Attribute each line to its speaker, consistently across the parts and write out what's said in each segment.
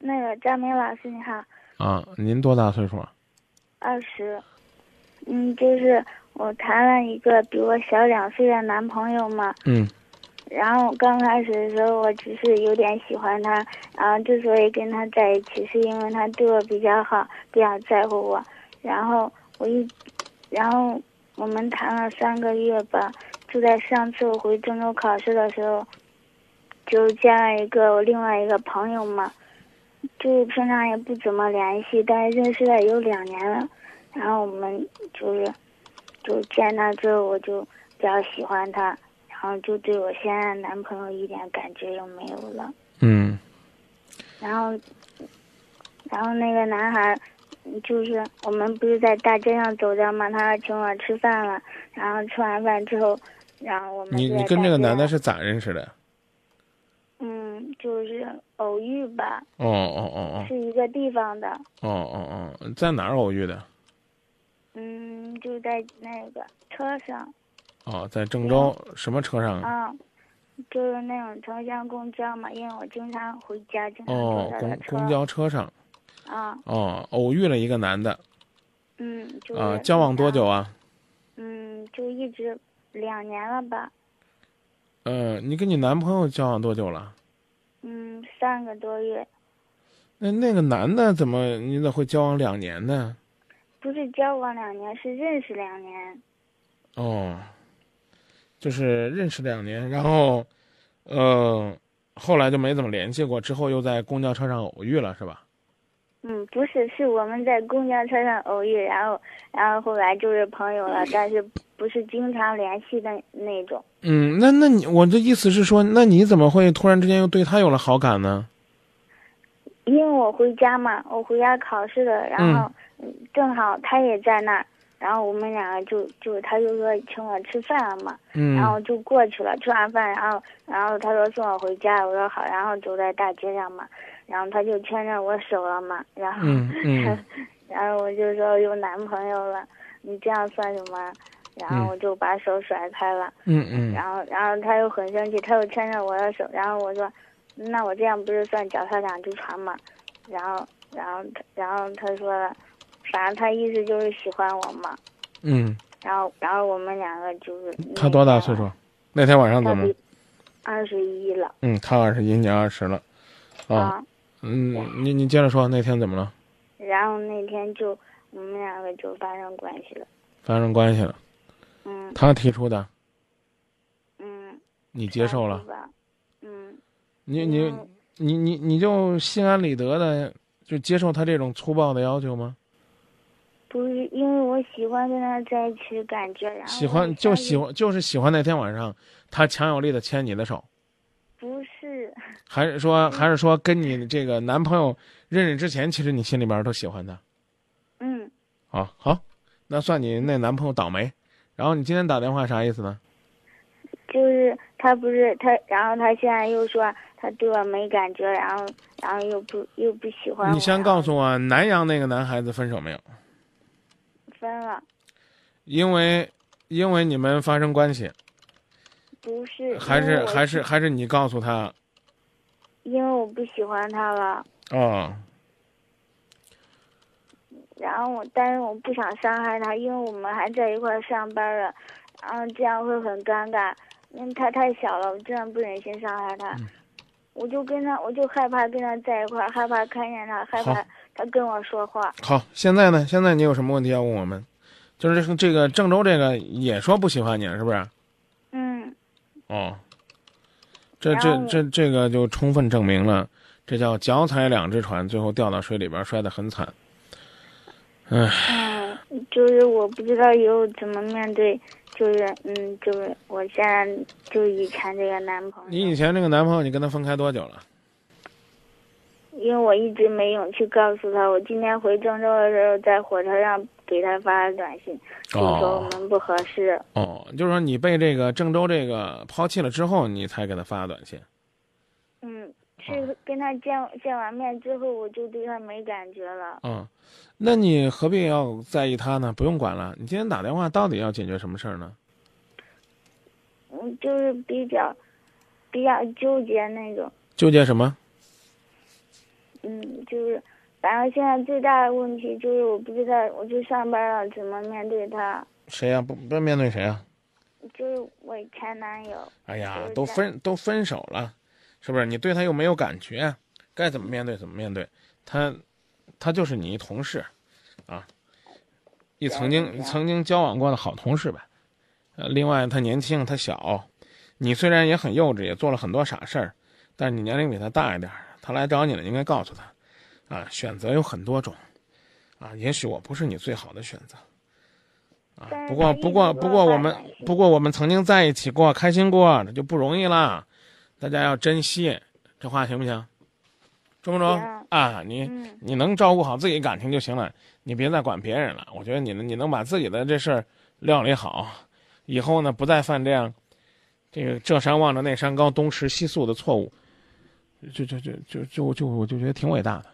Speaker 1: 那个张明老师你好，
Speaker 2: 啊，您多大岁数啊？
Speaker 1: 二十，嗯，就是我谈了一个比我小两岁的男朋友嘛，
Speaker 2: 嗯
Speaker 1: 然后我刚开始的时候我只是有点喜欢他，然后之所以跟他在一起是因为他对我比较好，比较在乎我，然后我一，然后我们谈了三个月吧，就在上次我回郑州考试的时候，就见了一个我另外一个朋友嘛，就是平常也不怎么联系，但是认识了有两年了，然后我们就是，就见他之后我就比较喜欢他，然后就对我现在的男朋友一点感觉也没有了。
Speaker 2: 嗯
Speaker 1: 然后，然后那个男孩儿，嗯就是我们不是在大街上走着嘛，他请我吃饭了，然后吃完饭之后，然后我们
Speaker 2: 你
Speaker 1: 就
Speaker 2: 你
Speaker 1: 在
Speaker 2: 跟
Speaker 1: 大啊
Speaker 2: 这个
Speaker 1: 街
Speaker 2: 男
Speaker 1: 上
Speaker 2: 的是咋认识的？
Speaker 1: 嗯，就是偶遇吧，
Speaker 2: 哦哦哦
Speaker 1: 是一个地方的，
Speaker 2: 哦哦哦哦，在哪儿偶遇的？
Speaker 1: 嗯，就在那个车上，
Speaker 2: 哦，在郑州什么车上啊？
Speaker 1: 嗯啊，就是那种城乡公交嘛，因为我经常回家，经常坐
Speaker 2: 哦，
Speaker 1: 他
Speaker 2: 公
Speaker 1: 的车，
Speaker 2: 公交车上。
Speaker 1: 啊，
Speaker 2: 哦，偶遇了一个男的
Speaker 1: 嗯，就是、
Speaker 2: 啊，交往多久？啊？
Speaker 1: 嗯，就一直两年了吧，
Speaker 2: 呃，你跟你男朋友交往多久了？
Speaker 1: 嗯，三个多月。
Speaker 2: 那那个男的怎么你咋会交往两年呢？
Speaker 1: 不是交往两年，是认识两年。
Speaker 2: 哦，就是认识两年，然后，呃，后来就没怎么联系过，之后又在公交车上偶遇了，是吧？
Speaker 1: 嗯，不是，是我们在公交车上偶遇，然后，然后后来就是朋友了，但是不是经常联系的那种。
Speaker 2: 嗯，那那你我的意思是说，那你怎么会突然之间又对他有了好感呢？
Speaker 1: 因为我回家嘛，我回家考试了，然后嗯正好他也在那儿，然后我们两个就就他就说请我吃饭了嘛，
Speaker 2: 嗯
Speaker 1: 然后就过去了，吃完饭，然后然后他说送我回家，我说好，然后走在大街上嘛，然后他就牵着我手了嘛，然后。
Speaker 2: 嗯嗯
Speaker 1: 然后我就说有男朋友了，你这样算什么？然后我就把手甩开了，
Speaker 2: 嗯嗯，
Speaker 1: 然后然后他又很生气，他又牵着我的手，然后我说，那我这样不是算脚踏两只船吗？然后然后他然后他说了，反正他意思就是喜欢我嘛。
Speaker 2: 嗯，
Speaker 1: 然后然后我们两个就是
Speaker 2: 他多大岁？数？那天晚上
Speaker 1: 他
Speaker 2: 怎么
Speaker 1: 比？二十一了
Speaker 2: 嗯，他二十一，你二十了，啊，
Speaker 1: 啊。
Speaker 2: 嗯，你你接着说，那天怎么了？
Speaker 1: 然后那天就我们两个就发生关系了。
Speaker 2: 发生关系了？
Speaker 1: 嗯
Speaker 2: 他提出的，
Speaker 1: 嗯，
Speaker 2: 你接受了
Speaker 1: 算是？吧？嗯。
Speaker 2: 你你
Speaker 1: 嗯
Speaker 2: 你你你就心安理得的就接受他这种粗暴的要求吗？
Speaker 1: 不是因为我喜欢跟他在一起的感觉，然后
Speaker 2: 喜
Speaker 1: 我
Speaker 2: 欢
Speaker 1: 一
Speaker 2: 就
Speaker 1: 下
Speaker 2: 喜，欢就是喜欢那天晚上他强有力的牵你的手，
Speaker 1: 不是，
Speaker 2: 还是说还是说跟你这个男朋友认识之前，其实你心里边都喜欢他
Speaker 1: 嗯，
Speaker 2: 啊？好，那算你那男朋友倒霉。然后你今天打电话啥意思呢？
Speaker 1: 就是他不是他，然后他现在又说他对我没感觉，然后然后又不又不喜欢我，
Speaker 2: 你先告诉我南阳那个男孩子分手没有？
Speaker 1: 然后分了，
Speaker 2: 因为因为你们发生关系，
Speaker 1: 不是，
Speaker 2: 还
Speaker 1: 因为
Speaker 2: 是
Speaker 1: 我
Speaker 2: 还是还是你告诉他
Speaker 1: 因为我不喜欢他了，
Speaker 2: 哦，
Speaker 1: 然后我但是我不想伤害他，因为我们还在一块儿上班了，然后这样会很尴尬，因为他太小了，我真的不忍心伤害他。
Speaker 2: 嗯
Speaker 1: 我就跟他，我就害怕跟他在一块儿，害怕看见他，害
Speaker 2: 好
Speaker 1: 怕他跟我说话。
Speaker 2: 好，现在呢？现在你有什么问题要问我们？就是这个这个郑州这个也说不喜欢你，是不是？
Speaker 1: 嗯，
Speaker 2: 哦，这
Speaker 1: 然
Speaker 2: 这
Speaker 1: 后
Speaker 2: 这这个就充分证明了，这叫脚踩两只船，最后掉到水里边儿摔得很惨。
Speaker 1: 嗯，就是我不知道以后怎么面对，就是嗯，就是我现在就以前这个男朋
Speaker 2: 你以
Speaker 1: 友，
Speaker 2: 前那个男朋友，你跟他分开多久了？
Speaker 1: 因为我一直没勇气告诉他。我今天回郑州的时候，在火车上给他发了短信，就说我
Speaker 2: 哦
Speaker 1: 们不合适。
Speaker 2: 哦，就是说你被这个郑州这个抛弃了之后，你才给他发的短信。
Speaker 1: 嗯，是跟他见见完面之后，我就对他没感觉了。
Speaker 2: 嗯，那你何必要在意他呢？不用管了，你今天打电话到底要解决什么事儿呢？
Speaker 1: 嗯，就是比较比较纠结那种，
Speaker 2: 纠结什么？
Speaker 1: 嗯，就是，反正现在最大的问题就是我不知道，我去上班了怎么面对他，
Speaker 2: 谁呀、不不面对谁啊？
Speaker 1: 就是我前男友，
Speaker 2: 哎
Speaker 1: 就
Speaker 2: 呀，
Speaker 1: 是
Speaker 2: 都
Speaker 1: 在
Speaker 2: 分都分手了，是不是？你对他又没有感觉，该怎么面对怎么面对。他，他就是你一同事，啊，一
Speaker 1: 对
Speaker 2: 曾经
Speaker 1: 对
Speaker 2: 曾经交往过的好同事呗。呃，另外他年轻，他小，你虽然也很幼稚，也做了很多傻事儿，但是你年龄比他大一点儿，他来找你了，你应该告诉他，啊，选择有很多种，啊，也许我不是你最好的选择。啊
Speaker 1: 但，是
Speaker 2: 不过
Speaker 1: 他一
Speaker 2: 不过
Speaker 1: 直
Speaker 2: 不
Speaker 1: 说
Speaker 2: 过我
Speaker 1: 他
Speaker 2: 们
Speaker 1: 还是
Speaker 2: 不过我们曾经在一起过，开心过，这就不容易啦，大家要珍惜，这话行不行？中不中
Speaker 1: 行
Speaker 2: 啊？你
Speaker 1: 嗯
Speaker 2: 你能照顾好自己感情就行了，你别再管别人了。我觉得你能你能把自己的这事儿料理好，以后呢不再犯这样这个这山望着那山高，东驰西速的错误，就就就就就就我就觉得挺伟大的。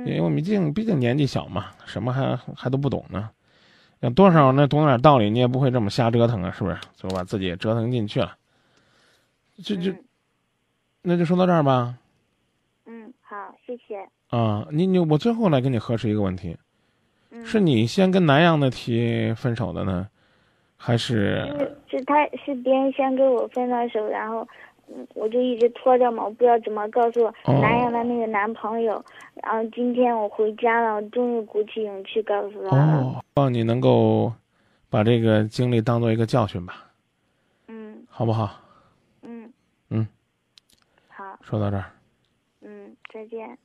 Speaker 2: 因为
Speaker 1: 嗯
Speaker 2: 我们毕竟毕竟年纪小嘛，什么还还都不懂呢，有多少呢懂点道理，你也不会这么瞎折腾啊，是不是？就把自己也折腾进去了。就就
Speaker 1: 嗯
Speaker 2: 那就说到这儿吧。
Speaker 1: 嗯，好，谢谢，
Speaker 2: 啊，你你我最后来跟你核实一个问题，
Speaker 1: 嗯，
Speaker 2: 是你先跟南阳的提分手的呢，还是
Speaker 1: 是是他是别人先跟我分的手，然后嗯我就一直拖着嘛，我不知道怎么告诉
Speaker 2: 哦
Speaker 1: 南阳的那个男朋友。然后今天我回家了，我终于鼓起勇气告诉他了。
Speaker 2: 哦，希望你能够把这个经历当做一个教训吧，
Speaker 1: 嗯
Speaker 2: 好不好？
Speaker 1: 嗯
Speaker 2: 嗯，
Speaker 1: 好，
Speaker 2: 说到这儿。
Speaker 1: 嗯，再见。